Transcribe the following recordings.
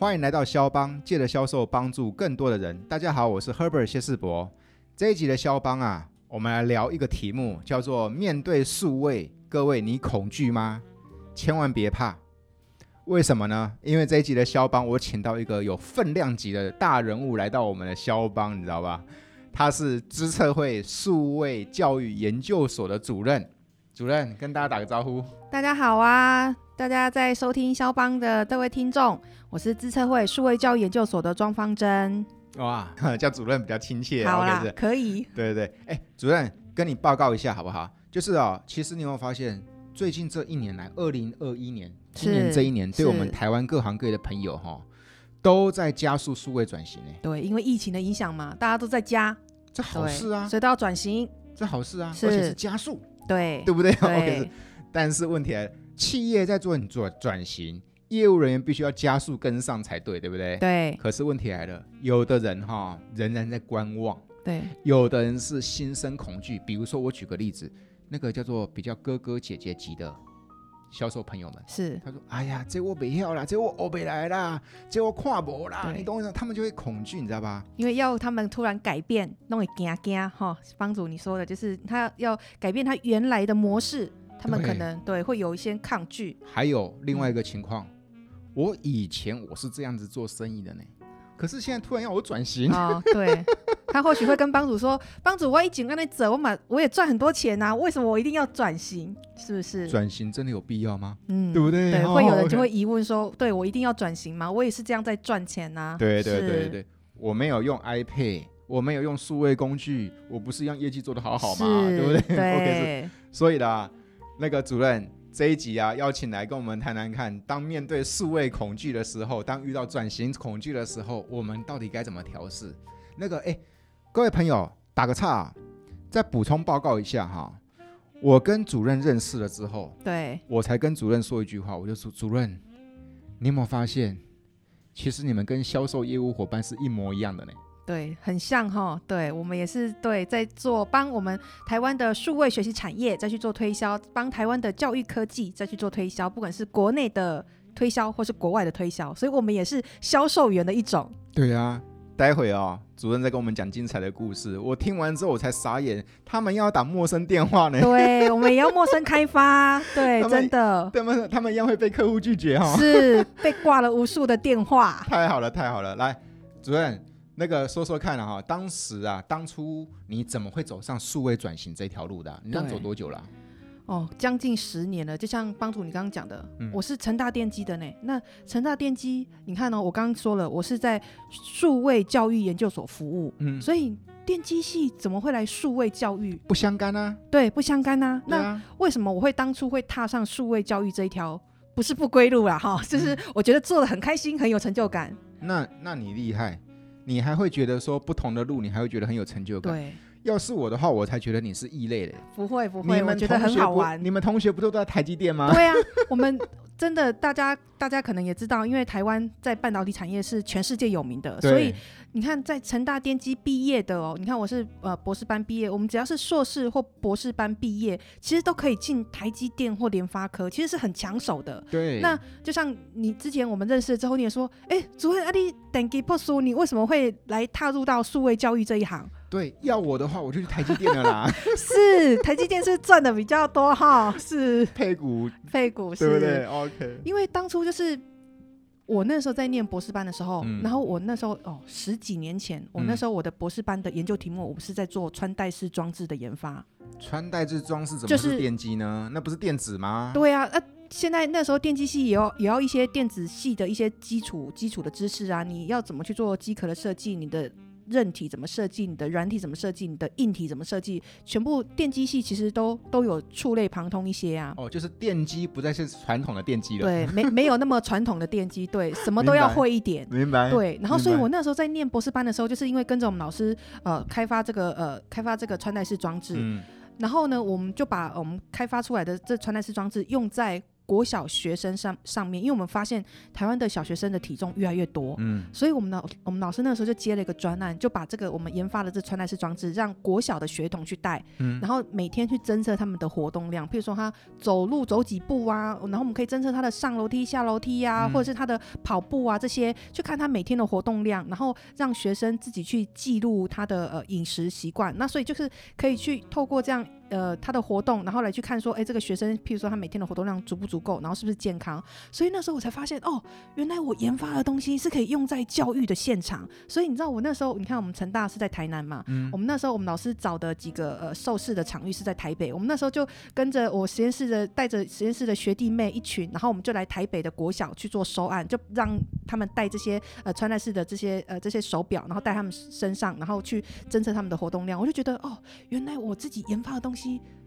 欢迎来到肖邦，借着销售帮助更多的人。大家好，我是 Herbert 谢世博。这一集的肖邦啊，我们来聊一个题目，叫做“面对数位”。各位，你恐惧吗？千万别怕。为什么呢？因为这一集的肖邦，我请到一个有分量级的大人物来到我们的肖邦，你知道吧？他是资策会数位教育研究所的主任。主任，跟大家打个招呼。大家好啊！大家在收听肖邦的各位听众，我是自测会数位教育研究所的庄方珍。哇，叫主任比较亲切，啊好 OK 啦是，可以。对对对，哎，主任，跟你报告一下好不好？就是哦，其实你有没有发现，最近这一年来，二零二一年，今年是这一年，对我们是台湾各行各业的朋友哈、都在加速数位转型哎，对，因为疫情的影响嘛，大家都在家，这好对事啊，所以都要转型。这好事啊，是而且是加速，对，对不 对对？OK，是但是问题来了，企业在做你转转型，业务人员必须要加速跟上才对，对不对？对可是问题来了，有的人哈、仍然在观望。对有的人是心生恐惧，比如说我举个例子，那个叫做比较哥哥姐姐级的销售朋友们，是，他说：“哎呀，这我不要啦，这我欧北来啦，这我跨博啦。”对你懂我意思吗？他们就会恐惧，你知道吧？因为要他们突然改变，弄会惊惊哈。帮主你说的就是他要改变他原来的模式，他们可对能对会有一些抗拒。还有另外一个情况，我以前我是这样子做生意的呢，可是现在突然要我转型，哦，对，他或许会跟帮主说：“帮主，我一紧跟你走，我买我也赚很多钱呐、为什么我一定要转型？是不 是？转型真的有必要吗？嗯，对不对？对，哦会有人 OK 就会疑问说：对我一定要转型吗？我也是这样在赚钱呐、对对对对是，对，我没有用 iPad，我没有用数位工具，我不是让业绩做得好好吗？是对不对 ？OK，是对，所以啦，那个主任这一集啊，邀请来跟我们谈谈看，当面对数位恐惧的时候，当遇到转型恐惧的时候，我们到底该怎么调试？那个，哎，各位朋友，打个岔、啊，再补充报告一下哈。我跟主任认识了之后，对，我才跟主任说一句话，我就说：“主任，你有没有发现，其实你们跟销售业务伙伴是一模一样的呢？”对，很像哈。对我们也是对，在做帮我们台湾的数位学习产业再去做推销，帮台湾的教育科技再去做推销，不管是国内的推销或是国外的推销，所以我们也是销售员的一种。对啊，待会哦，主任在跟我们讲精彩的故事。我听完之后我才傻眼，他们要打陌生电话 呢，对，我们也要陌生开 发，对，他们真的他们他们一样会被客户拒绝哦。是啊被挂了无数的电话。太好了，太好了，来，主任，那个说说看啊、哈，当时啊，当初你怎么会走上数位转型这条路的啊、你这样对走多久了啊、哦，将近十年了，就像帮主你刚刚讲的，嗯我是成大电机的呢。那成大电机，你看哦，我刚刚说了，我是在数位教育研究所服务，嗯，所以电机系怎么会来数位教育？不相干啊。对，不相干呐、对那啊，为什么我会当初会踏上数位教育这一条不是不归路啦？哈，就是嗯我觉得做的很开心，很有成就感。那那你厉害，你还会觉得说不同的路，你还会觉得很有成就感。对，要是我的话，我才觉得你是异类嘞。不会不你会，我们觉同得很学好不玩。你们同学不都在台积电 吗？对啊，我们真的大家大家可能也知道，因为台湾在半导体产业是全世界有名的，所以对你看在成大电机毕业的哦，你看我是呃博士班毕业，我们只要是硕士或博士班毕业，其实都可以进台积电或联发科，其实是很抢手的。对，那就像你之前我们认识之后，你也说，哎，主任阿弟等给不输，你为什么会来踏入到数位教育这一行？ 对，要我的话，我就去台积电了啦，是台积电是赚的比较多哈，是配股，配股是对不对？OK，因为当初就是我那时候在念博士班的时候，嗯然后我那时候哦十几年前，我那时候我的博士班的研究题目，我们是在做穿戴式装置的研啊发。穿戴式装饰怎么就是是电机呢？那不是电子吗？对啊，那、现在那时候电机系也要也要一些电子系的一些基础基础的知识啊，你要怎么去做机壳的设计，你的。韧体怎么设计？你的软体怎么设计？你的硬体怎么设计？全部电机系其实都都有触类旁通一些啊。哦，就是电机不再是传统的电机了，对，没没有那么传统的电机，对，什么都要明白会一点。明白？对，然后哎明所以白我那时候在念博士班的时候，就是因为跟着我们老师呃开发这个呃开发这个穿戴式装置，嗯，然后呢，我们就把我们开发出来的这穿戴式装置用在国小学生上上面，因为我们发现台湾的小学生的体重越来越多，嗯，所以我们老我们老师那个时候就接了一个专案，就把这个我们研发的这穿戴式装置，让国小的学童去戴，嗯然后每天去侦测他们的活动量，譬如说他走路走几步啊，然后我们可以侦测他的上楼梯、下楼梯啊，嗯或者是他的跑步啊这些，去看他每天的活动量，然后让学生自己去记录他的呃饮食习惯。那所以就是可以去透过这样。呃，他的活动，然后来去看说，哎，这个学生，譬如说他每天的活动量足不足够，然后是不是健康？所以那时候我才发现，哦，原来我研发的东西是可以用在教育的现场。所以你知道，我那时候，你看我们成大是在台南嘛，嗯我们那时候我们老师找的几个呃受试的场域是在台北，我们那时候就跟着我实验室的带着实验室的学弟妹一群，然后我们就来台北的国小去做收案，就让他们带这些呃穿戴式的这些呃这些手表，然后戴他们身上，然后去侦测他们的活动量。我就觉得哦，原来我自己研发的东西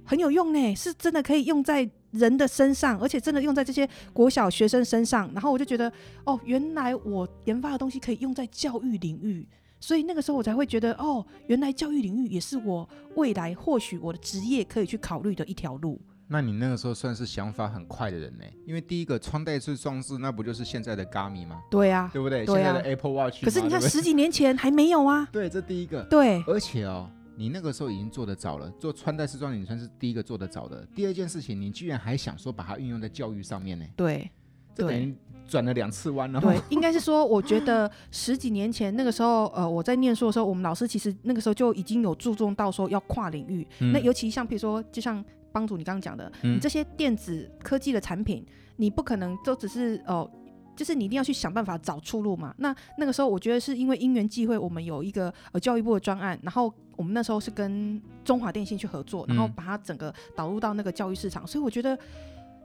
很有用呢，是真的可以用在人的身上，而且真的用在这些国小学生身上。然后我就觉得哦，原来我研发的东西可以用在教育领域。所以那个时候我才会觉得，哦，原来教育领域也是我未来或许我的职业可以去考虑的一条路。那你那个时候算是想法很快的人呢，因为第一个穿戴式装置，那不就是现在的 Gami 吗？对啊，对不对？对啊现在的 Apple Watch，可是嘛你看对不十几年前还没有啊。 对对，这第一个。对，而且哦，你那个时候已经做得早了，做穿戴式装置你算是第一个做得早的。第二件事情，你居然还想说把它运用在教育上面呢，对，这对等于转了两次弯了、哦。对，应该是说，我觉得十几年前那个时候，呃，我在念书的时候，我们老师其实那个时候就已经有注重到说要跨领域。嗯那尤其像比如说，就像帮主你刚刚讲的，嗯你这些电子科技的产品，你不可能都只是哦。就是你一定要去想办法找出路嘛。那那个时候，我觉得是因为因缘际会，我们有一个呃教育部的专案，然后我们那时候是跟中华电信去合作，然后嗯把它整个导入到那个教育市场。所以我觉得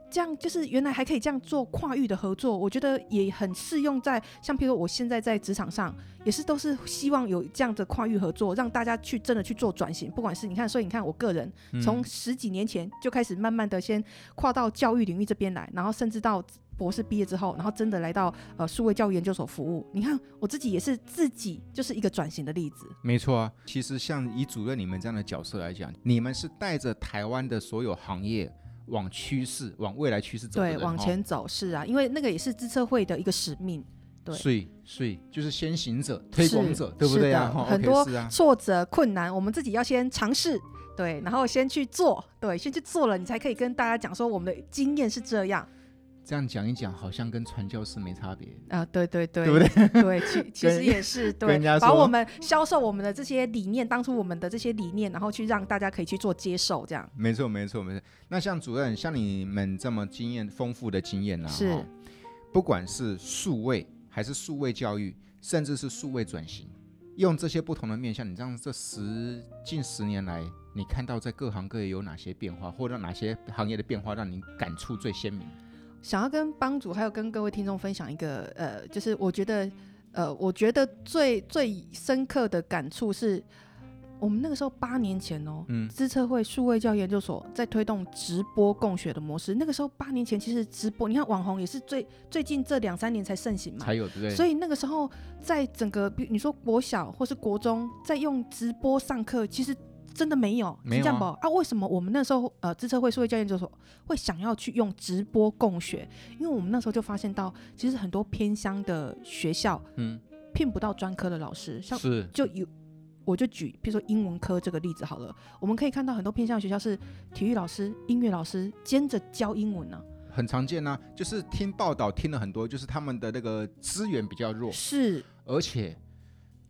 这样就是原来还可以这样做跨域的合作，我觉得也很适用在像譬如我现在在职场上，也是都是希望有这样的跨域合作，让大家去真的去做转型。不管是你看，所以你看我个人嗯从十几年前就开始慢慢的先跨到教育领域这边来，然后甚至到。博士毕业之后，然后真的来到呃数位教育研究所服务。你看，我自己也是自己就是一个转型的例子。没错啊，其实像以主任你们这样的角色来讲，你们是带着台湾的所有行业往趋势、往未来趋势走的对，人往哦。前走是啊，因为那个也是资策会的一个使命。对所以，所以就是先行者、推广者，对不是对啊？的哈很 OK，多是啊，挫折、困难，我们自己要先尝试，对，然后先去做，对，先去做了，你才可以跟大家讲说我们的经验是这样这样讲一讲，好像跟传教士没差别，啊、对对对，对不对？对，其其实也是跟对人家，把说我们销售我们的这些理念，当初我们的这些理念，然后去让大家可以去做接受，这样没错，没错，没错。那像主任，像你们这么经验丰富的经验呢、啊，是哈不管是数位还是数位教育，甚至是数位转型，用这些不同的面向，你这样这十近十年来，你看到在各行各业有哪些变化，或者哪些行业的变化让你感触最鲜明？想要跟帮主还有跟各位听众分享一个呃，就是我觉得呃，我觉得最最深刻的感触是，我们那个时候八年前哦，嗯资策会数位教研究所在推动直播共学的模式。那个时候八年前，其实直播，你看网红也是最最近这两三年才盛行嘛，才有对不对？所以以那个时候，在整个比你说国小或是国中，在用直播上课，其实真的没有，没有啊这样吧？啊，为什么我们那时候呃，自测会社会教研究所会想要去用直播共学？因为我们那时候就发现到，其实很多偏乡的学校嗯，聘不到专科的老师，像是就有。我就举，比如说英文科这个例子好了，我们可以看到很多偏向学校是体育老师、音乐老师兼着教英文呢、很常见呐、就是听报道听了很多，就是他们的那个资源比较弱，是而且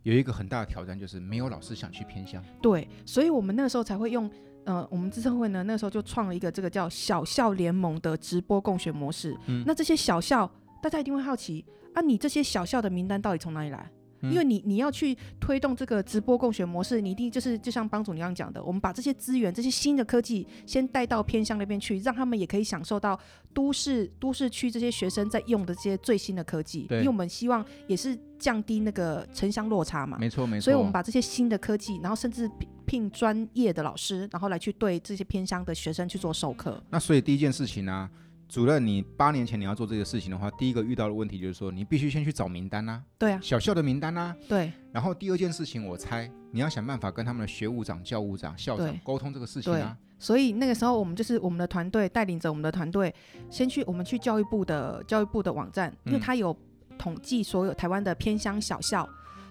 有一个很大的挑战就是没有老师想去偏乡。对，所以我们那个时候才会用，呃，我们资策会呢，那时候就创了一个这个叫小校联盟的直播共学模式。嗯那这些小校，大家一定会好奇啊，你这些小校的名单到底从哪里来？嗯因为你你要去推动这个直播共学模式，你一定就是就像帮主你刚刚讲的，我们把这些资源、这些新的科技先带到偏乡那边去，让他们也可以享受到都市都市区这些学生在用的这些最新的科技，对因为我们希望也是降低那个城乡落差嘛。没错，没错。所以我们把这些新的科技，然后甚至聘聘专业的老师，然后来去对这些偏乡的学生去做授课。那所以第一件事情呢、主任，你八年前你要做这个事情的话，第一个遇到的问题就是说，你必须先去找名单呐、对啊，小校的名单呐、对然后第二件事情，我猜你要想办法跟他们的学务长、教务长、校长对沟通这个事情对啊。。所以那个时候，我们就是我们的团队带领着我们的团队，先去我们去教育部的教育部的网站，因为嗯它有统计所有台湾的偏乡小校，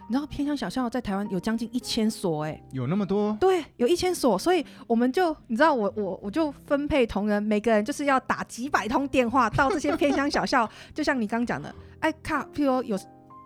你知道偏乡小校在台湾有将近一千所、哎，有那么多，对，有一千所，所以我们就你知道我我我就分配同仁，每个人就是要打几百通电话到这些偏乡小校，就像你刚讲的，哎，看，譬如有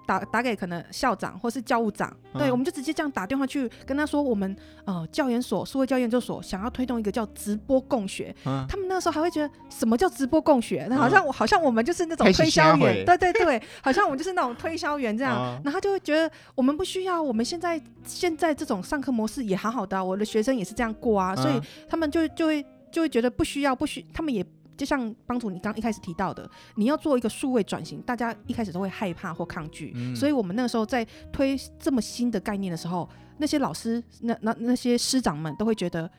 打打给可能校长或是教务长，对，嗯我们就直接这样打电话去跟他说，我们呃教研所数位教研究所想要推动一个叫直播共学，嗯，他们那时候还会觉得什么叫直播共学？那好像我、好像我们就是那种开始推销瞎员，会对对对，好像我们就是那种推销员这样。哦然后他就会觉得我们不需要，我们现在现在这种上课模式也好好的啊、我的学生也是这样过啊，所以嗯他们就就会就会觉得不需要，不需他们也。就像帮主你刚一开始提到的，你要做一个数位转型，大家一开始都会害怕或抗拒，嗯所以我们那个时候在推这么新的概念的时候，那些老师、那那那些师长们都会觉得，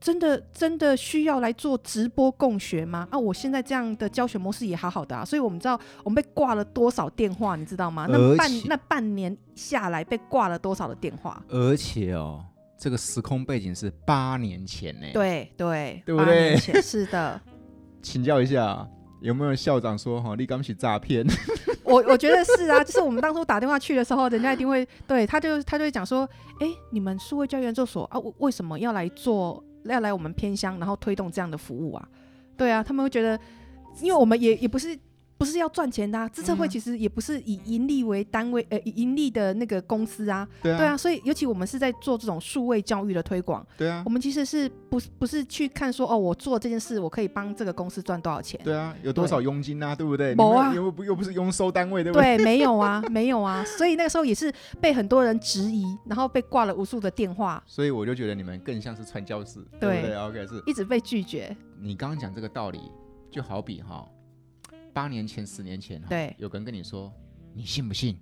真的真的需要来做直播共学吗？啊，我现在这样的教学模式也好好的啊，所以我们知道我们被挂了多少电话，你知道吗？那而半且那半年下来被挂了多少的电话？而且哦，这个时空背景是八年前呢。，对对，对不八年对前是的，请教一下，有没有校长说哈，立刚是诈骗？我我觉得是啊，就是我们当初打电话去的时候，人家一定会对他就他就会讲说，哎，你们数位教育研究所啊，为为什么要来做要来我们偏乡，然后推动这样的服务啊？对啊，他们会觉得，因为我们也也不是不是要赚钱的、啊，自测会嗯其实也不是以盈利为单位，呃，以盈利的那个公司啊，对对啊，，所以尤其我们是在做这种数位教育的推广，对啊我，们其实是不是不是去看说哦，我做这件事我可以帮这个公司赚多少钱，对啊，有多少佣金啊？对不对？没啊你们又不又不是佣收单位，对不对？ 对，没有啊，没有啊，所以那个时候也是被很多人质疑，然后被挂了无数的电话，所以我就觉得你们更像是传教士，对对不对？OK，是一直被拒绝。你刚刚讲这个道理，就好比哈，八年前、十年前哈，对有个人跟你说，你信不信？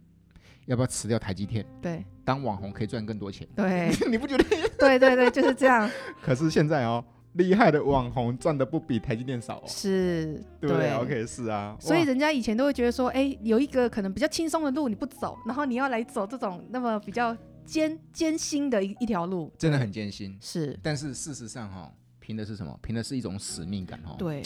要不要辞掉台积电，对当网红可以赚更多钱？对 你不觉得？对对对，就是 这样，可是现在哦，厉害的网红赚的不比台积电少哦，是，对不对 o k 是啊，所以哇人家以前都会觉得说，哎，有一个可能比较轻松的路你不走，然后你要来走这种那么比较艰艰辛的一一条路，真的很艰辛。是但是事实上哈、凭的是什么？凭的是一种使命感哦。，对。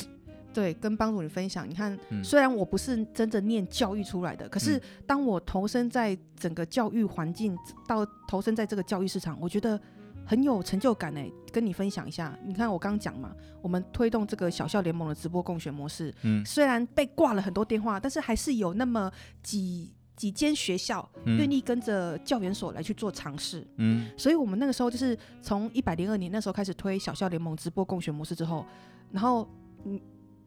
对，跟帮主你分享，你看，嗯虽然我不是真的念教育出来的，可是嗯当我投身在整个教育环境，到投身在这个教育市场，我觉得很有成就感诶。跟你分享一下，你看我刚讲嘛，我们推动这个小校联盟的直播共学模式，嗯虽然被挂了很多电话，但是还是有那么几几间学校愿嗯意跟着教研所来去做尝试。嗯所以我们那个时候就是从一百零二年那时候开始推小校联盟直播共学模式之后，然后嗯，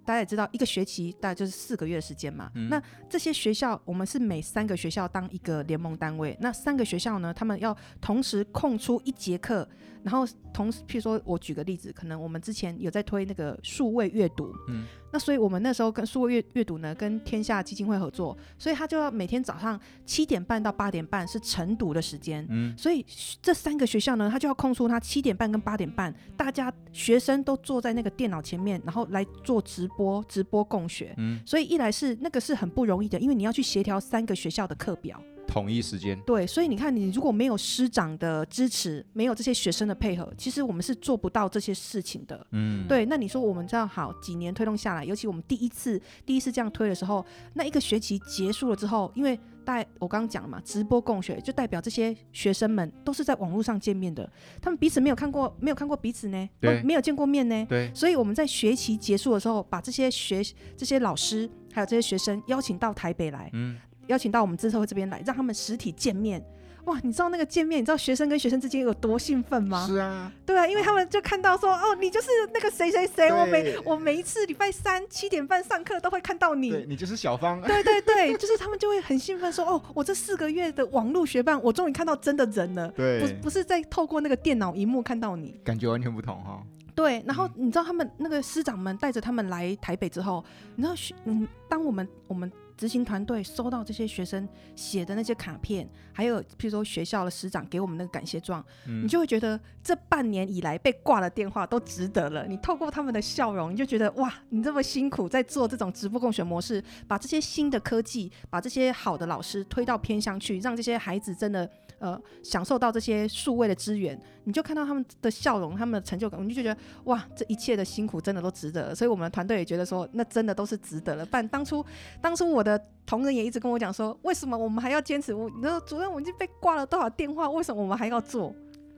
大家也知道一个学期大概就是四个月的时间嘛。嗯那这些学校我们是每三个学校当一个联盟单位，那三个学校呢，他们要同时空出一节课，然后同时，譬如说我举个例子，可能我们之前有在推那个数位阅读，嗯，那所以我们那时候跟数位阅阅读呢，跟天下基金会合作，所以他就要每天早上七点半到八点半是晨读的时间，嗯所以这三个学校呢，他就要空出他七点半跟八点半，大家学生都坐在那个电脑前面，然后来做直播，直播共学。嗯，所以一来是那个是很不容易的，因为你要去协调三个学校的课表，统一时间。对，所以你看，你如果没有师长的支持，没有这些学生的配合，其实我们是做不到这些事情的。嗯，对，那你说我们这样好几年推动下来，尤其我们第一次第一次这样推的时候，那一个学期结束了之后，因为代我刚刚讲了嘛，直播共学就代表这些学生们都是在网络上见面的，他们彼此没有看过没有看过彼此呢，对没有见过面呢，对，所以我们在学期结束的时候，把这些学这些老师还有这些学生邀请到台北来，嗯，邀请到我们自测会这边来，让他们实体见面。哇，你知道那个见面，你知道学生跟学生之间有多兴奋吗？是啊，对啊，因为他们就看到说，哦，你就是那个谁谁谁，我每对我每一次礼拜三七点半上课都会看到你。 对你就是小芳，对对对， 就是他们就会很兴奋说，哦，我这四个月的网络学伴，我终于看到真的人了，对不不是在透过那个电脑荧幕看到你。感觉完全不同哈、对，然后你知道他们那个师长们带着他们来台北之后，你知道学，嗯，当我们我们执行团队收到这些学生写的那些卡片，还有譬如说学校的师长给我们那个感谢状，嗯你就会觉得这半年以来被挂的电话都值得了。你透过他们的笑容，你就觉得哇，你这么辛苦在做这种直播共学模式，把这些新的科技，把这些好的老师推到偏乡去，让这些孩子真的呃享受到这些数位的资源，你就看到他们的笑容，他们的成就感，我们就觉得哇，这一切的辛苦真的都值得了。所以我们团队也觉得说，那真的都是值得了。不然当初当初我的同仁也一直跟我讲说，为什么我们还要坚持？我你知道主任，我们已经被挂了多少电话，为什么我们还要做？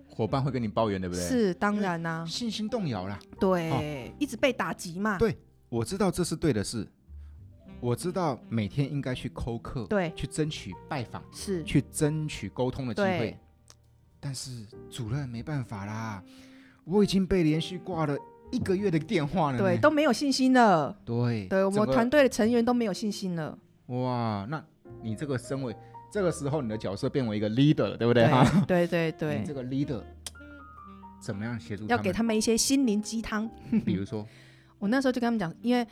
伙伴会跟你抱怨，对不对？是当然啦、信心动摇啦。对，一直被打击嘛。对我知道这是对的事，我知道每天应该去抠客，对去争取拜访，是，去争取沟通的机会对。但是主任没办法啦，我已经被连续挂了一个月的电话了呢。对，都没有信心了。对对，我整们个团队的成员都没有信心了。哇，那你这个身为这个时候你的角色变为一个 leader 了，对不对哈？对对你这对，个 leader 怎么样协助要给他他们一些心灵鸡汤。们？比嗯如说，我那时候就跟他们讲，因为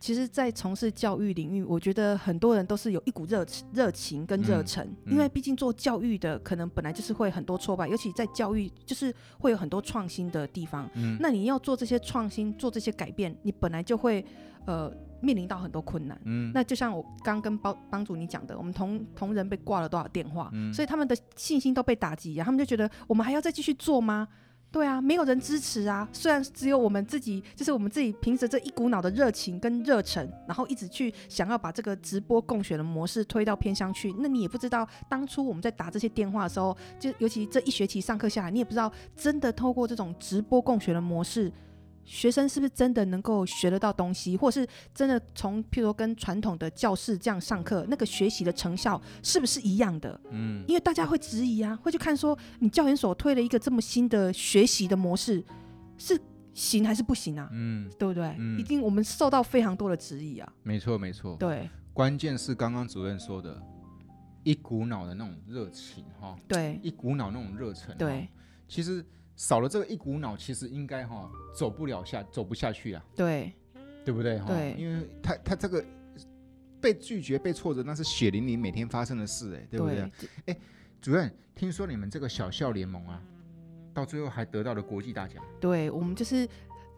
其实，在从事教育领域，我觉得很多人都是有一股热情、热情跟热忱，嗯因为毕竟做教育的，可能本来就是会很多挫败，尤其在教育，就是会有很多创新的地方。嗯，那你要做这些创新，做这些改变，你本来就会呃面临到很多困难。嗯，那就像我刚跟帮帮主你讲的，我们同同仁被挂了多少电话，嗯所以他们的信心都被打击、啊，他们就觉得我们还要再继续做吗？对啊，没有人支持啊。虽然只有我们自己，就是我们自己凭着这一股脑的热情跟热忱，然后一直去想要把这个直播共学的模式推到偏乡去。那你也不知道，当初我们在打这些电话的时候，就尤其这一学期上课下来，你也不知道真的透过这种直播共学的模式，学生是不是真的能够学得到东西，或是真的从譬如说跟传统的教室这样上课，那个学习的成效是不是一样的？嗯因为大家会质疑啊，会去看说你教研所推了一个这么新的学习的模式，是行还是不行啊？嗯，对不对？嗯一定我们受到非常多的质疑啊。没错没错，对关键是刚刚主任说的，一股脑的那种热情哈，对一股脑那种热忱。对，其实少了这个一股脑，其实应该哈走不了下，走不下去啊，对对不对哈？对因为他他这个被拒绝、被挫折，那是血淋淋每天发生的事，哎，对不对？主任，听说你们这个小校联盟啊，到最后还得到了国际大奖，对，我们就是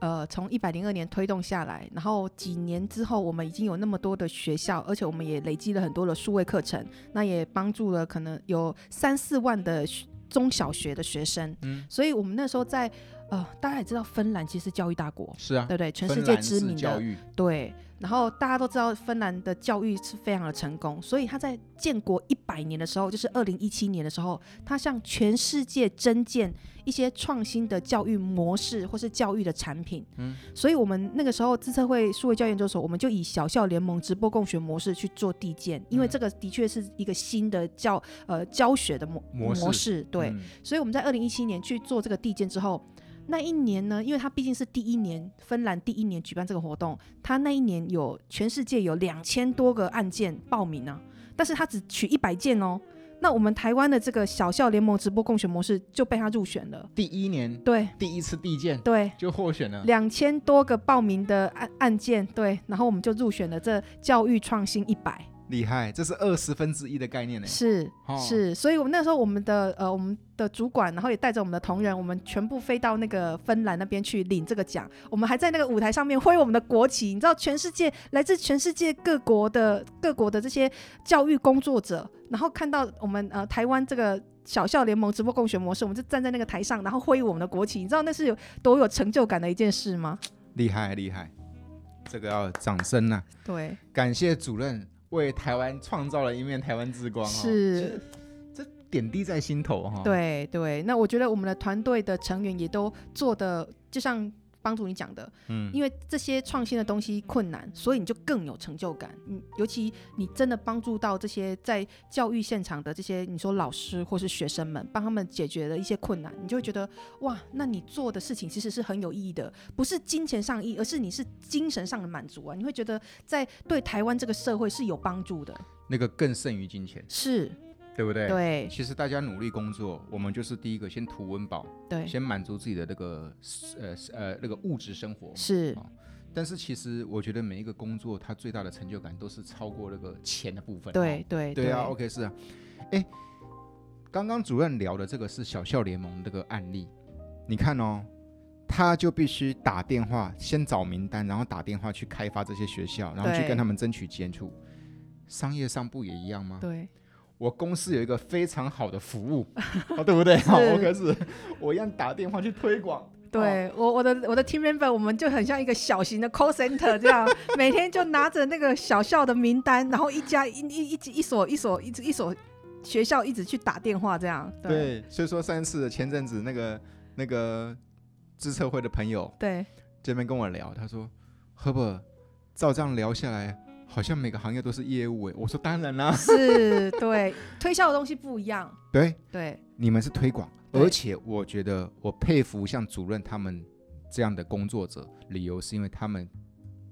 呃，从一百零二年推动下来，然后几年之后，我们已经有那么多的学校，而且我们也累积了很多的数位课程，那也帮助了可能有三四万的学中小学的学生。嗯，所以我们那时候在呃，大家也知道，芬兰其实是教育大国，是啊对，不对？全芬世界兰知式名的教育，对，然后大家都知道芬兰的教育是非常的成功，所以他在建国一百年的时候，就是二零一七年的时候，他向全世界征建一些创新的教育模式或是教育的产品。嗯，所以我们那个时候自测会数位教育研究所，我们就以小校联盟直播共学模式去做地建，因为嗯这个的确是一个新的教呃教学的模模式对，嗯所以我们在二零一七年去做这个地建之后，那一年呢，因为它毕竟是第一年，芬兰第一年举办这个活动，它那一年有全世界有两千多个案件报名啊，但是它只取一百件哦。那我们台湾的这个小校联盟直播共选模式就被它入选了，第一年对第一次地建对。就获选了，两千多个报名的案案件，对，然后我们就入选了这教育创新一百，厉害，这是二十分之一的概念呢。是哦是，所以我们那时候我们的呃我们的主管，然后也带着我们的同仁，我们全部飞到那个芬兰那边去领这个奖。我们还在那个舞台上面挥我们的国旗，你知道，全世界来自全世界各国的各国的这些教育工作者，然后看到我们呃台湾这个。小校联盟直播共学模式，我们就站在那个台上，然后挥舞我们的国旗，你知道那是有多有成就感的一件事吗？厉害厉害，这个要掌声呐、对，感谢主任为台湾创造了一面台湾之光、哦，是其实这点滴在心头哈、哦。，对对，那我觉得我们的团队的成员也都做的，就像帮助你讲的，嗯，因为这些创新的东西困难，所以你就更有成就感。嗯，尤其你真的帮助到这些在教育现场的这些，你说老师或是学生们，帮他们解决了一些困难，你就会觉得哇，那你做的事情其实是很有意义的，不是金钱上的意义，而是你是精神上的满足啊！你会觉得在对台湾这个社会是有帮助的，那个更胜于金钱，是对不对？。对其实大家努力工作，我们就是第一个先图温饱，对，先满足自己的那个呃呃那个物质生活。是哦但是其实我觉得每一个工作，它最大的成就感都是超过那个钱的部分。哦对对对啊，OK 是啊。哎，刚刚主任聊的这个是小校联盟这个案例，你看哦，他就必须打电话先找名单，然后打电话去开发这些学校，然后去对跟他们争取接触。商业上不也一样吗？对我公司有一个非常好的服务， 哦、对不对？好是，OK 是，我一样打电话去推广。对，我我的我的 team member 我们就很像一个小型的 call center 这样，每天就拿着那个小校的名单，然后一家一一一一一所一所一直一所学校一直去打电话这样，对对，所以说上一次前阵子那个那个知策会的朋友对这边跟我聊，他说：“赫伯，照这样聊下来，好像每个行业都是业务诶。”我说：“当然啦，是，对推销的东西不一样，对，对你们是推广，对而且我觉得我佩服像主任他们这样的工作者，理由是因为他们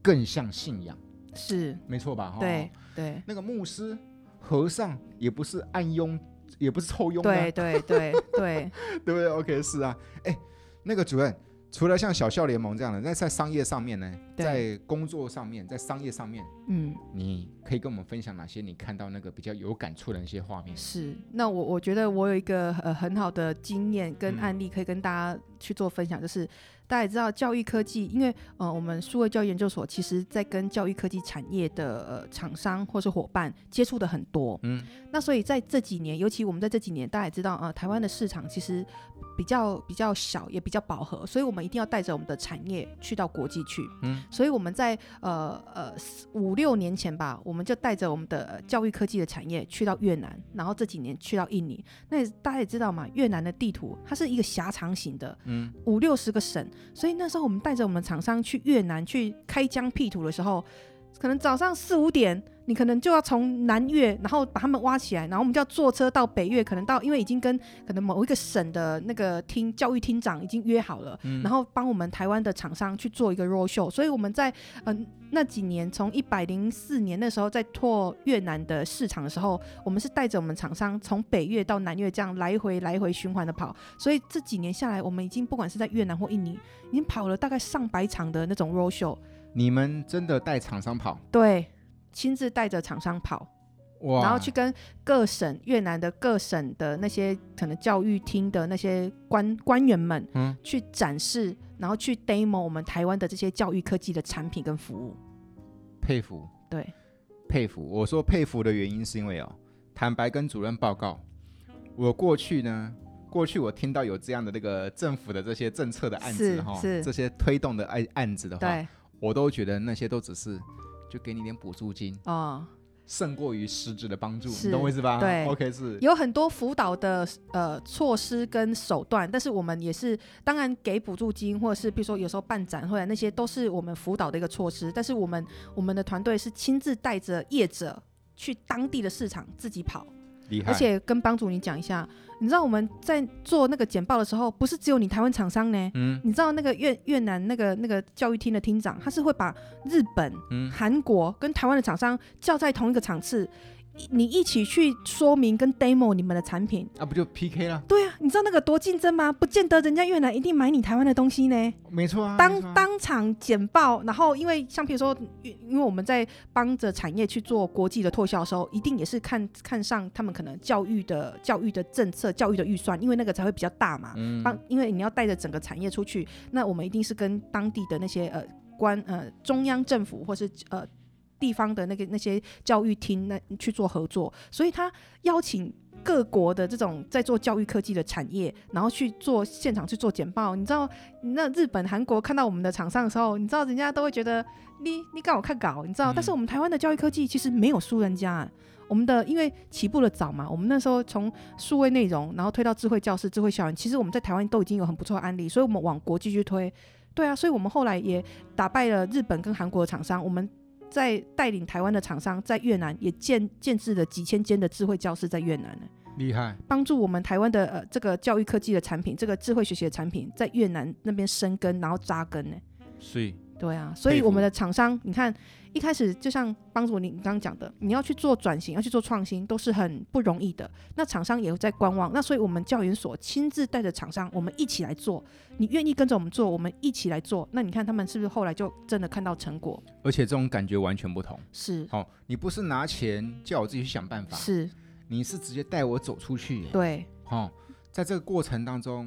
更像信仰，是，没错吧？哈，对对那个牧师、和尚也不是暗佣，也不是抽佣的啊、对对对对，对不对？OK，是啊，哎，那个主任，除了像小校联盟这样的，那在商业上面呢，对在工作上面，在商业上面，嗯。你可以跟我们分享哪些你看到那个比较有感触的一些画面？是，那我我觉得我有一个呃很好的经验嗯跟案例可以跟大家去做分享，就是大家也知道教育科技，因为呃我们数位教育研究所其实在跟教育科技产业的呃厂商或是伙伴接触的很多，嗯，那所以在这几年，尤其我们在这几年，大家也知道呃台湾的市场其实比较比较小，也比较饱和，所以我们一定要带着我们的产业去到国际去，嗯，所以我们在呃呃五六年前吧，我们就带着我们的呃教育科技的产业去到越南，然后这几年去到印尼。那也大家也知道嘛，越南的地图它是一个狭长型的，嗯，五六十个省，所以那时候我们带着我们厂商去越南去开疆辟土的时候，可能早上四五点。你可能就要从南越，然后把他们挖起来，然后我们就要坐车到北越，可能到因为已经跟可能某一个省的那个厅教育厅长已经约好了，嗯然后帮我们台湾的厂商去做一个 road show，所以我们在嗯、那几年，从一百零四年那时候在拓越南的市场的时候，我们是带着我们厂商从北越到南越这样来回来回循环的跑，所以这几年下来，我们已经不管是在越南或印尼，已经跑了大概上百场的那种 road show，你们真的带厂商跑对，亲自带着厂商跑，哇？然后去跟各省越南的各省的那些可能教育厅的那些官官员们，嗯去展示，然后去 demo 我们台湾的这些教育科技的产品跟服务。佩服对，佩服，我说佩服的原因是因为哦，坦白跟主任报告，我过去呢。过去我听到有这样的这个政府的这些政策的案子是哈，是这些推动的案案子的话，对，我都觉得那些都只是就给你点补助金，哦，胜过于实质的帮助，是你懂我意思吧？对，OK 是，有很多辅导的呃措施跟手段，但是我们也是当然给补助金，或者是比如说有时候办展会啊，那些都是我们辅导的一个措施。但是我们我们的团队是亲自带着业者去当地的市场自己跑，厉害，而且跟帮主你讲一下，你知道我们在做那个简报的时候，不是只有你台湾厂商呢。嗯你知道那个越越南那个那个教育厅的厅长，他是会把日本、嗯韩国跟台湾的厂商叫在同一个场次，一你一起去说明跟 demo 你们的产品。啊，不就 PK 了？对啊，你知道那个多竞争吗？不见得人家越南一定买你台湾的东西呢。没错啊，没当错啊当场简报，然后因为像比如说，因因为我们在帮着产业去做国际的拓销的时候，一定也是看看上他们可能教育的教育的政策、教育的预算，因为那个才会比较大嘛。嗯帮，因为你要带着整个产业出去，那我们一定是跟当地的那些呃官呃中央政府或是呃地方的那个那些教育厅那去做合作，所以他邀请。各国的这种在做教育科技的产业，然后去做现场去做简报，你知道，那日本、韩国看到我们的厂商的时候，你知道人家都会觉得你你干我看稿，你知道？嗯但是我们台湾的教育科技其实没有输人家、我们的因为起步的早嘛，我们那时候从数位内容，然后推到智慧教室、智慧校园，其实我们在台湾都已经有很不错的案例，所以我们往国际去推。对啊，所以我们后来也打败了日本跟韩国的厂商，我们在带领台湾的厂商在越南也建建制了几千间的智慧教室在越南呢，厉害，帮助我们台湾的呃这个教育科技的产品，这个智慧学习的产品在越南那边生根，然后扎根呢。所以对啊，所以我们的厂商，你看一开始就像帮助你刚刚讲的，你要去做转型，要去做创新，都是很不容易的。那厂商也在观望，那所以我们教研所亲自带着厂商，我们一起来做。你愿意跟着我们做，我们一起来做。那你看他们是不是后来就真的看到成果？而且这种感觉完全不同。是啊好、你不是拿钱叫我自己去想办法，是，你是直接带我走出去耶。对好、在这个过程当中，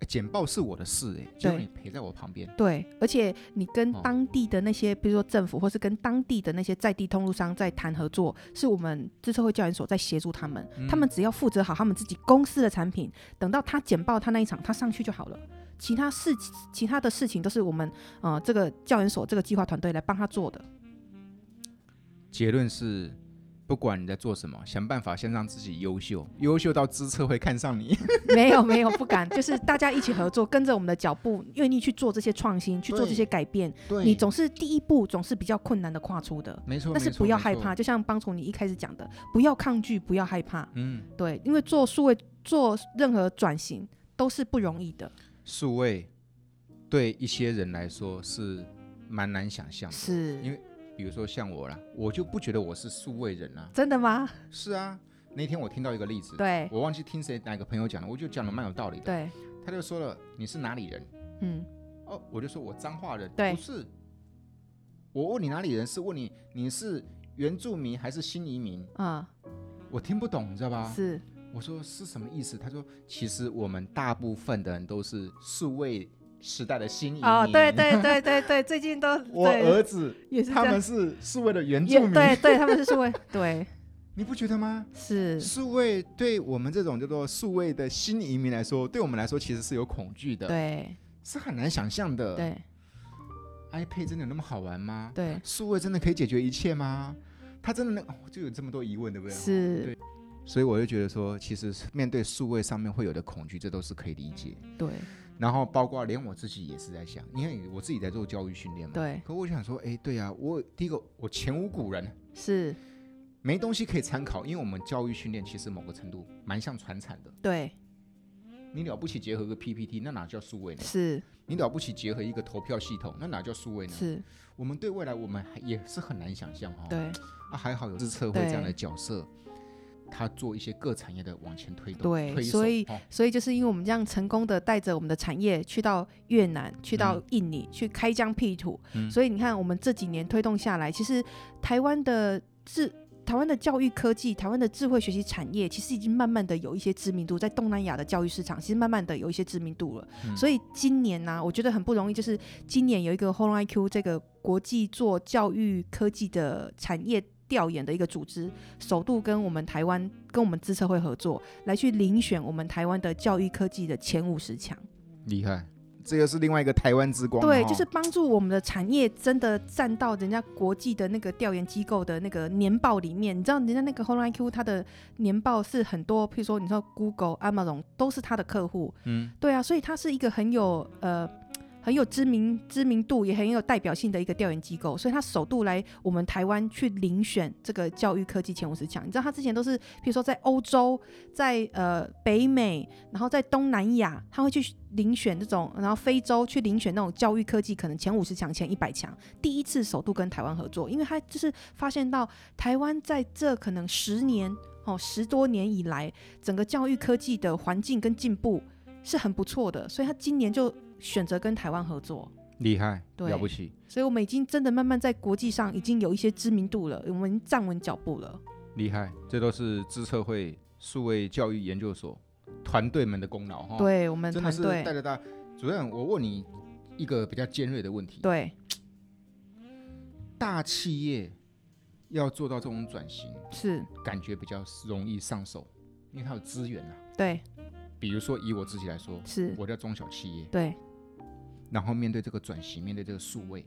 诶简报是我的事，哎，结果对你陪在我旁边，对。而且你跟哦当地的那些，比如说政府，或是跟当地的那些在地通路商在谈合作，是我们自社会教研所在协助他们。嗯他们只要负责好他们自己公司的产品，等到他简报他那一场，他上去就好了。其他事其他的事情都是我们呃这个教研所这个计划团队来帮他做的。 结论是。不管你在做什么，想办法先让自己优秀，优秀到知策会看上 你。没有没有不敢，就是大家一起合作，跟着我们的脚步，愿意去做这些创新，去做这些改变。对你总是第一步总是比较困难的跨出的，没错，但是没错不要没害错怕，就像帮主你一开始讲的，不要抗拒，不要害怕，嗯，对，因为做数位做任何转型都是不容易的，数位对一些人来说是蛮难想象的，因为是比如说像我啦，我就不觉得我是数位人啊。真的吗？是啊，那天我听到一个例子，对我忘记听谁哪个朋友讲了，我就讲的蛮有道理的。对，他就说了，你是哪里人？嗯，哦，我就说我彰化人，对不是。我问你哪里人，是问你你是原住民还是新移民？啊、我听不懂，你知道吧？是我说是什么意思？他说其实我们大部分的人都是数位时代的新移民。哦，对。对 对对对，最近都我对儿子也是这他样们，是数位的原也住民，对对，他们是数位，对你不觉得吗？是数位对我们这种叫做数位的新移民来说，对我们来说其实是有恐惧的，对是很难想象的。对 iPad 真的有那么好玩吗？对数位真的可以解决一切吗？它真的能、哦就有这么多疑问，对不哦对？是，所以我就觉得说，其实面对数位上面会有的恐惧，这都是可以理解。对然后包括连我自己也是在想，因为我自己在做教育训练嘛。。对可我想说，哎，对啊，我第一个我前无古人，是，没东西可以参考，因为我们教育训练其实某个程度蛮像传产的。对你了不起结合个 PPT，那哪叫数位呢？是你了不起结合一个投票系统，那哪叫数位呢？是，我们对未来我们还也是很难想象哦。对啊，还好有自测会对这样的角色，他做一些各产业的往前推动。对推手所以哦所以就是因为我们这样成功的带着我们的产业去到越南、去到嗯印尼、去开疆辟土，嗯所以你看我们这几年推动下来，其实台湾的智。台湾的教育科技，台湾的智慧学习产业，其实已经慢慢的有一些知名度，在东南亚的教育市场，其实慢慢的有一些知名度了。嗯所以今年呢、我觉得很不容易，就是今年有一个 h o l IQ 这个国际做教育科技的产业调研的一个组织，首度跟我们台湾跟我们资策会合作，来去遴选我们台湾的教育科技的前五十强。厉害，这又是另外一个台湾之光哦。对，就是帮助我们的产业真的站到人家国际的那个调研机构的那个年报里面。你知道人家那个 h o l i Q 它的年报是很多，譬如说你说 Google、Amazon 都是它的客户。嗯，对啊，所以它是一个很有呃。很有知名知名度，也很有代表性的一个调研机构，所以它首度来我们台湾去遴选这个教育科技前五十强。你知道它之前都是，比如说在欧洲，在呃北美，然后在东南亚，它会去遴选这种，然后非洲去遴选那种教育科技可能前五十强、前一百强。第一次首度跟台湾合作，因为它就是发现到台湾在这可能十年哦十多年以来，整个教育科技的环境跟进步是很不错的，所以他今年就选择跟台湾合作。厉害，对了不起。所以我们已经真的慢慢在国际上已经有一些知名度了，我们站稳脚步了。厉害，这都是资策会数位教育研究所团队们的功劳哈、哦。，对我们真的团是带队，着大家。主任，我问你一个比较尖锐的问题：对大企业要做到这种转型，是，感觉比较容易上手，因为它有资源啊。对比如说以我自己来说，是，我叫中小企业，对然后面对这个转型，面对这个数位，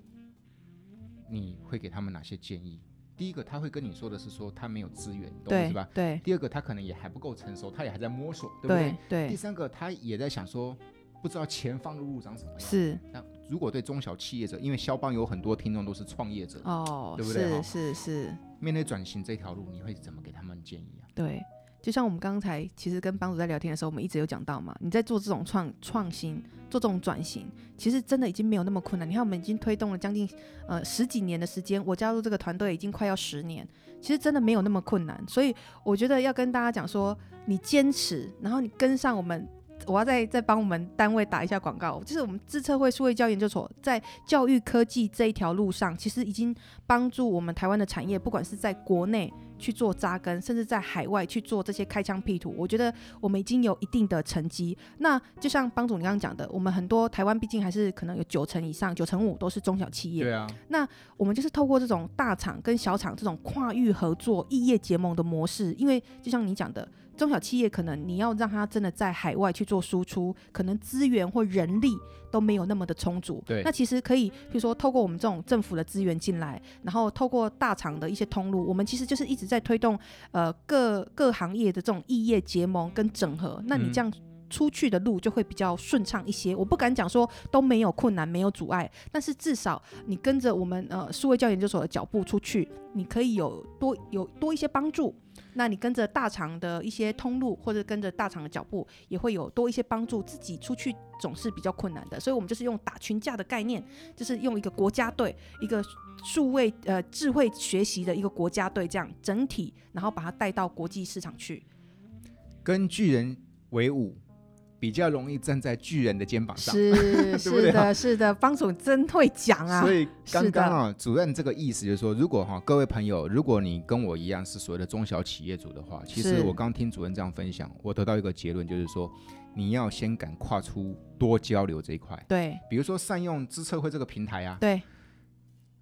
你会给他们哪些建议？第一个，他会跟你说的是说他没有资源，懂我意对思吧？对第二个，他可能也还不够成熟，他也还在摸索，对不对对？对第三个，他也在想说，不知道前方的路长什么样。是那如果对中小企业者，因为肖邦有很多听众都是创业者，哦，对不对哈是是是，面对转型这条路，你会怎么给他们建议啊？对。就像我们刚才其实跟帮主在聊天的时候，我们一直有讲到嘛，你在做这种创创新、做这种转型，其实真的已经没有那么困难。你看，我们已经推动了将近呃十几年的时间，我加入这个团队已经快要十年，其实真的没有那么困难。所以我觉得要跟大家讲说，你坚持，然后你跟上我们。我要再再帮我们单位打一下广告，就是我们自测会数位教研究所在教育科技这一条路上，其实已经帮助我们台湾的产业，不管是在国内去做扎根，甚至在海外去做这些开疆辟土，我觉得我们已经有一定的成绩。那就像帮主你刚刚讲的，我们很多台湾毕竟还是可能有九成以上、九成五都是中小企业，对啊，我们就是透过这种大厂跟小厂这种跨域合作、异业结盟的模式，因为就像你讲的，中小企业可能你要让它真的在海外去做输出，可能资源或人力都没有那么的充足。对那其实可以，比如说透过我们这种政府的资源进来，然后透过大厂的一些通路，我们其实就是一直在推动呃各各行业的这种异业结盟跟整合。那你嗯这样。出去的路就会比较顺畅一些，我不敢讲说都没有困难、没有阻碍，但是至少你跟着我们呃数位教研究所的脚步出去，你可以有多有多一些帮助。那你跟着大厂的一些通路，或者跟着大厂的脚步，也会有多一些帮助。自己出去总是比较困难的，所以我们就是用打群架的概念，就是用一个国家队，一个数位呃智慧学习的一个国家队，这样整体，然后把它带到国际市场去。跟巨人为伍，比较容易站在巨人的肩膀上。 是对不对是啊的，是的，方总真会讲啊所。以刚是的刚啊，主任这个意思就是说，如果哈、各位朋友，如果你跟我一样是所谓的中小企业主的话，其实是我刚听主任这样分享，我得到一个结论，就是说你要先敢跨出多交流这一块，对比如说善用资策会这个平台啊，对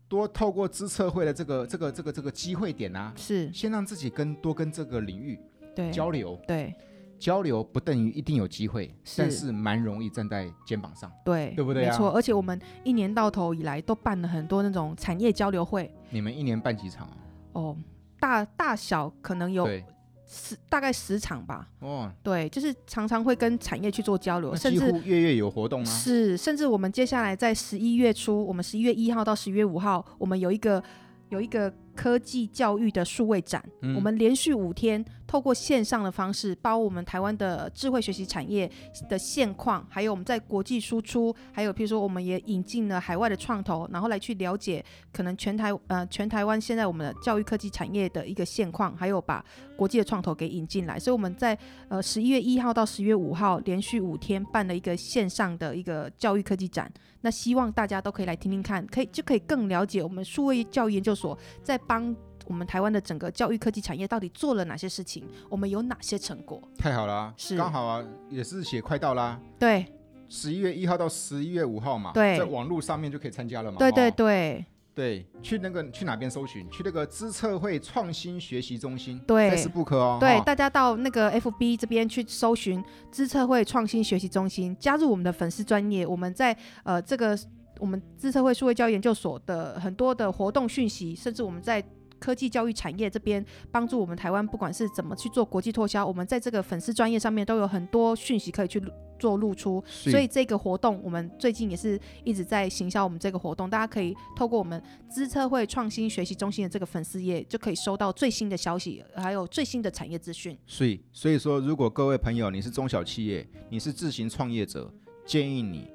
多透过资策会的这个这个这个这个机会点啊，是，先让自己跟多跟这个领域对交流，对交流不等于一定有机会，是但是蛮容易站在肩膀上。对，对不对啊没错，而且我们一年到头以来都办了很多那种产业交流会，你们一年办几场啊？哦，大大小可能有对，十大概十场吧。哦，对，就是常常会跟产业去做交流，那甚几至乎月月有活动啊。是甚至我们接下来在十一月初，我们十一月一号到十一月五号，我们有一个有一个科技教育的数位展，嗯我们连续五天透过线上的方式，包我们台湾的智慧学习产业的现况，还有我们在国际输出，还有譬如说我们也引进了海外的创投，然后来去了解可能全台呃全台湾现在我们的教育科技产业的一个现况，还有把国际的创投给引进来。所以我们在呃十一月一号到十月五号连续五天办了一个线上的一个教育科技展，那希望大家都可以来听听看，可以就可以更了解我们数位教育研究所在帮。我们台湾的整个教育科技产业到底做了哪些事情？我们有哪些成果？太好了啊、是刚好啊，也是写快到啦，对十一月一号到十一月五号嘛，对在网络上面就可以参加了嘛。对对哦对，对，去那个去哪边搜寻？去那个资策会创新学习中心，对在 Facebook 哦，对，哦大家到那个 FB 这边去搜寻资策会创新学习中心，加入我们的粉丝专业。我们在呃这个我们资策会数位教育研究所的很多的活动讯息，甚至我们在科技教育产业这边帮助我们台湾，不管是怎么去做国际拓销，我们在这个粉丝专业上面都有很多讯息可以去录做露出。所以这个活动，我们最近也是一直在行销我们这个活动，大家可以透过我们资策会创新学习中心的这个粉丝页，就可以收到最新的消息，还有最新的产业资讯。所以，所以说，如果各位朋友你是中小企业，你是自行创业者，建议你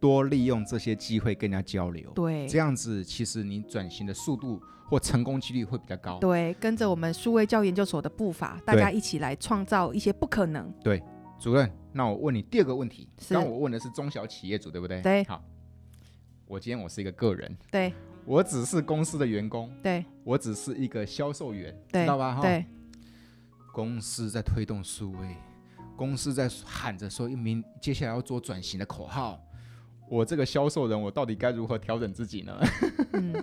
多利用这些机会跟人家交流，对这样子其实你转型的速度或成功几率会比较高。对，跟着我们数位教育研究所的步伐，大家一起来创造一些不可能。主任，那我问你第二个问题，是刚刚我问的是中小企业主，对不对？对好，我今天我是一个个人，对我只是公司的员工，对我只是一个销售员，对知道吧？哈，对公司在推动数位，公司在喊着说一明接下来要做转型的口号。我这个销售人，我到底该如何调整自己呢？嗯，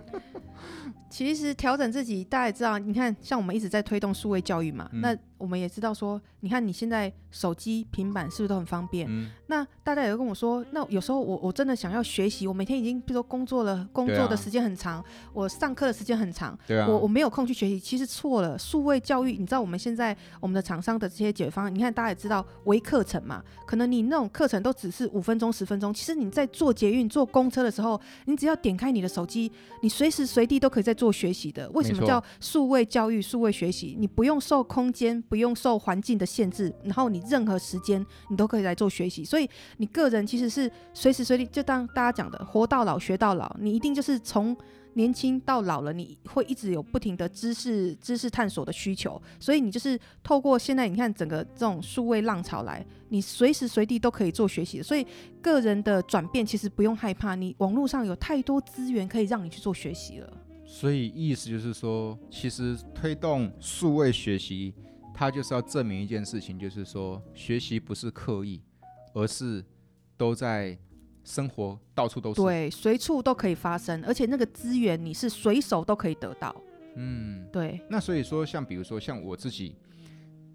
其实调整自己，大家也知道，你看，像我们一直在推动数位教育嘛，嗯那我们也知道说，你看你现在手机、平板是不是都很方便？嗯，那大家也会跟我说，那有时候我我真的想要学习，我每天已经比如说工作了，工对啊作的时间很长，我上课的时间很长， 对啊，我我没有空去学习，其实错了。数位教育，你知道我们现在我们的厂商的这些解决方案，你看大家也知道微课程嘛，可能你那种课程都只是五分钟、十分钟，其实你在坐捷运、坐公车的时候，你只要点开你的手机，你随时随地都可以在做学习的。为什没么错叫数位教育、数位学习？你不用受空间，不用受环境的限制，然后你任何时间你都可以来做学习。所以你个人其实是随时随地，就当大家讲的“活到老学到老”，你一定就是从年轻到老了，你会一直有不停的知识知识探索的需求。所以你就是透过现在你看整个这种数位浪潮来，你随时随地都可以做学习。所以个人的转变其实不用害怕，你网络上有太多资源可以让你去做学习了。所以意思就是说，其实推动数位学习，它就是要证明一件事情，就是说学习不是刻意，而是都在生活到处都是。，对，随处都可以发生，而且那个资源你是随手都可以得到。嗯。对，那所以说，像比如说像我自己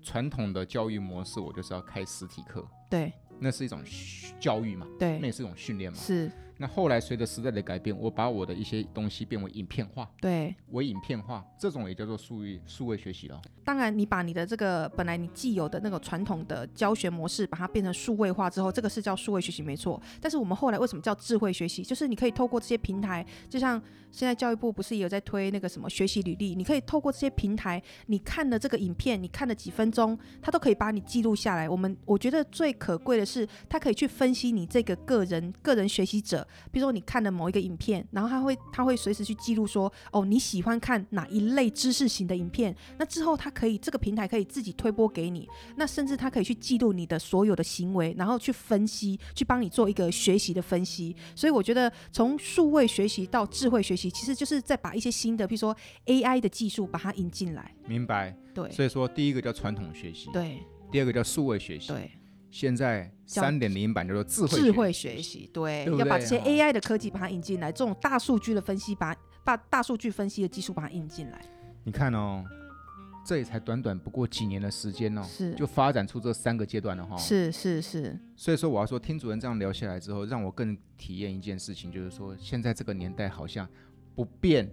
传统的教育模式，我就是要开实体课，对，那是一种训教育嘛，那对，也是一种训练嘛。是，那后来随着时代的改变，我把我的一些东西变为影片化，对。为影片化，这种也叫做数位数位学习了。当然，你把你的这个本来你既有的那个传统的教学模式，把它变成数位化之后，这个是叫数位学习没错。但是我们后来为什么叫智慧学习？就是你可以透过这些平台，就像现在教育部不是也有在推那个什么学习履历，你可以透过这些平台，你看了这个影片，你看了几分钟，它都可以把你记录下来。我们我觉得最可贵的是，它可以去分析你这个个人个人学习者，比如说你看了某一个影片，然后它会它会随时去记录说，哦，你喜欢看哪一类知识型的影片，那之后它可以这个平台可以自己推播给你，那甚至它可以去记录你的所有的行为，然后去分析，去帮你做一个学习的分析。所以我觉得从数位学习到智慧学习，其实就是在把一些新的，比如说 AI 的技术把它引进来。明白。对所以说，第一个叫传统学习，对第二个叫数位学习，对，现在叫三点零版叫做智慧智慧学。习，对，对不要把对这些哦 AI 的科技把它引进来，这种大数据的分析把。把大数据分析的技术把它引进来，你看哦，这也才短短不过几年的时间哦，是就发展出这三个阶段了哈、哦。是是是，所以说，我要说，听主任这样聊下来之后，让我更体验一件事情，就是说，现在这个年代好像不变，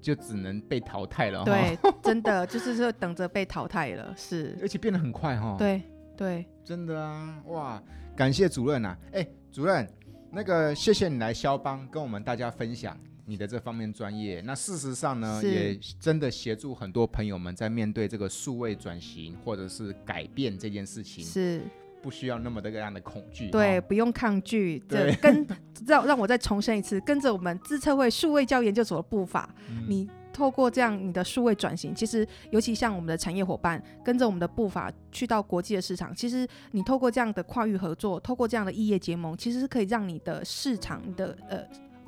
就只能被淘汰了哈、对，真的就是说等着被淘汰了， 是，而且变得很快哈、，对对，真的啊，哇，感谢主任啊，哎，主任，那个谢谢你来肖邦跟我们大家分享你的这方面专业。那事实上呢，是也真的协助很多朋友们在面对这个数位转型或者是改变这件事情，是，不需要那么的个样的恐惧哈。对，不用抗拒，这哦对跟 让让我再重申一次，跟着我们资策会数位教研究所的步伐，嗯，你透过这样你的数位转型，其实尤其像我们的产业伙伴跟着我们的步伐去到国际的市场，其实你透过这样的跨域合作，透过这样的异业结盟，其实是可以让你的市场你的呃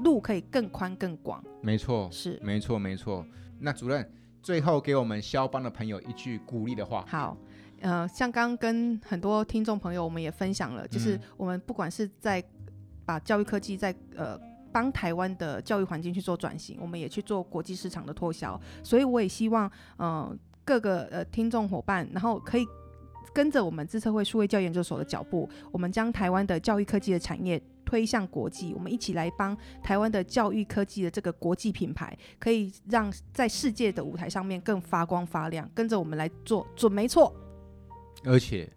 路可以更宽更广，没错，是没错，没错。那主任最后给我们肖邦的朋友一句鼓励的话，好，呃，像刚刚跟很多听众朋友，我们也分享了，就是嗯我们不管是在把教育科技在呃。帮台湾的教育环境去做转型，我们也去做国际市场的脱销，所以我也希望，呃，各个呃听众伙伴，然后可以跟着我们自测会数位教研究所的脚步，我们将台湾的教育科技的产业推向国际，我们一起来帮台湾的教育科技的这个国际品牌，可以让在世界的舞台上面更发光发亮。跟着我们来做，准没错，而且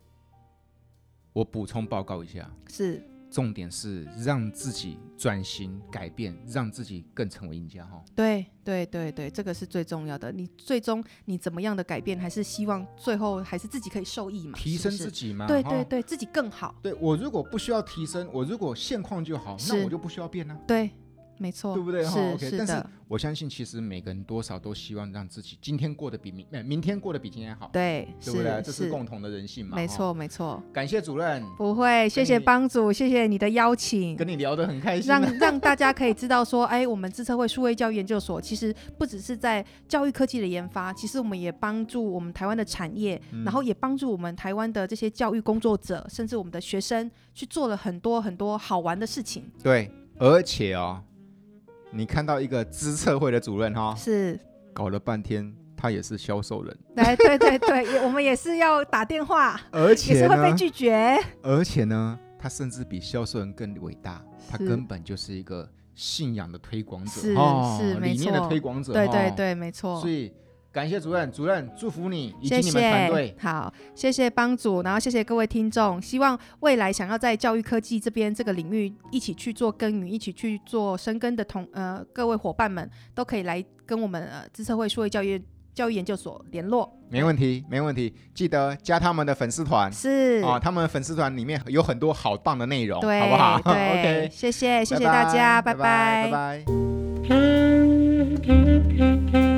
我补充报告一下，是重点是让自己转型改变，让自己更成为赢家哈、对对对对，这个是最重要的。你最终你怎么样的改变，还是希望最后还是自己可以受益嘛，提是升不是自己嘛，对哈对。对，自己更好，对我如果不需要提升，我如果现况就好，是那我就不需要变啊，对，没错，对不对哈是？OK，是但是的，我相信其实每个人多少都希望让自己今天过得比明呃明天过得比今天好，对，对不对？是这是共同的人性嘛，没哈。错没错，感谢主任，不会，谢谢你帮主，谢谢你的邀请。跟你聊得很开心啊、让让大家可以知道说，哎，我们自测会数位教育研究所其实不只是在教育科技的研发，其实我们也帮助我们台湾的产业，嗯然后也帮助我们台湾的这些教育工作者，甚至我们的学生去做了很多很多好玩的事情。对，而且哦，你看到一个资策会的主任哈、是，搞了半天他也是销售人，来，对对对，也我们也是要打电话，而也且是会被呢，拒绝。而且呢，他甚至比销售人更伟大，他是根本就是一个信仰的推广者，是哦、是没理念的错推广者，对对哦，对，没错。所以感谢主任，主任祝福你以及谢你们团队谢，，好，谢谢帮主，然后谢谢各位听众。希望未来想要在教育科技这边这个领域一起去做耕耘、一起去做深耕的同呃各位伙伴们，都可以来跟我们呃资策会数位教育教育研究所联络。没问题，没问题，记得加他们的粉丝团是啊，他们粉丝团里面有很多好棒的内容，对，好不好对 ？OK，谢谢，谢谢大家，拜拜，拜拜。 Thank you.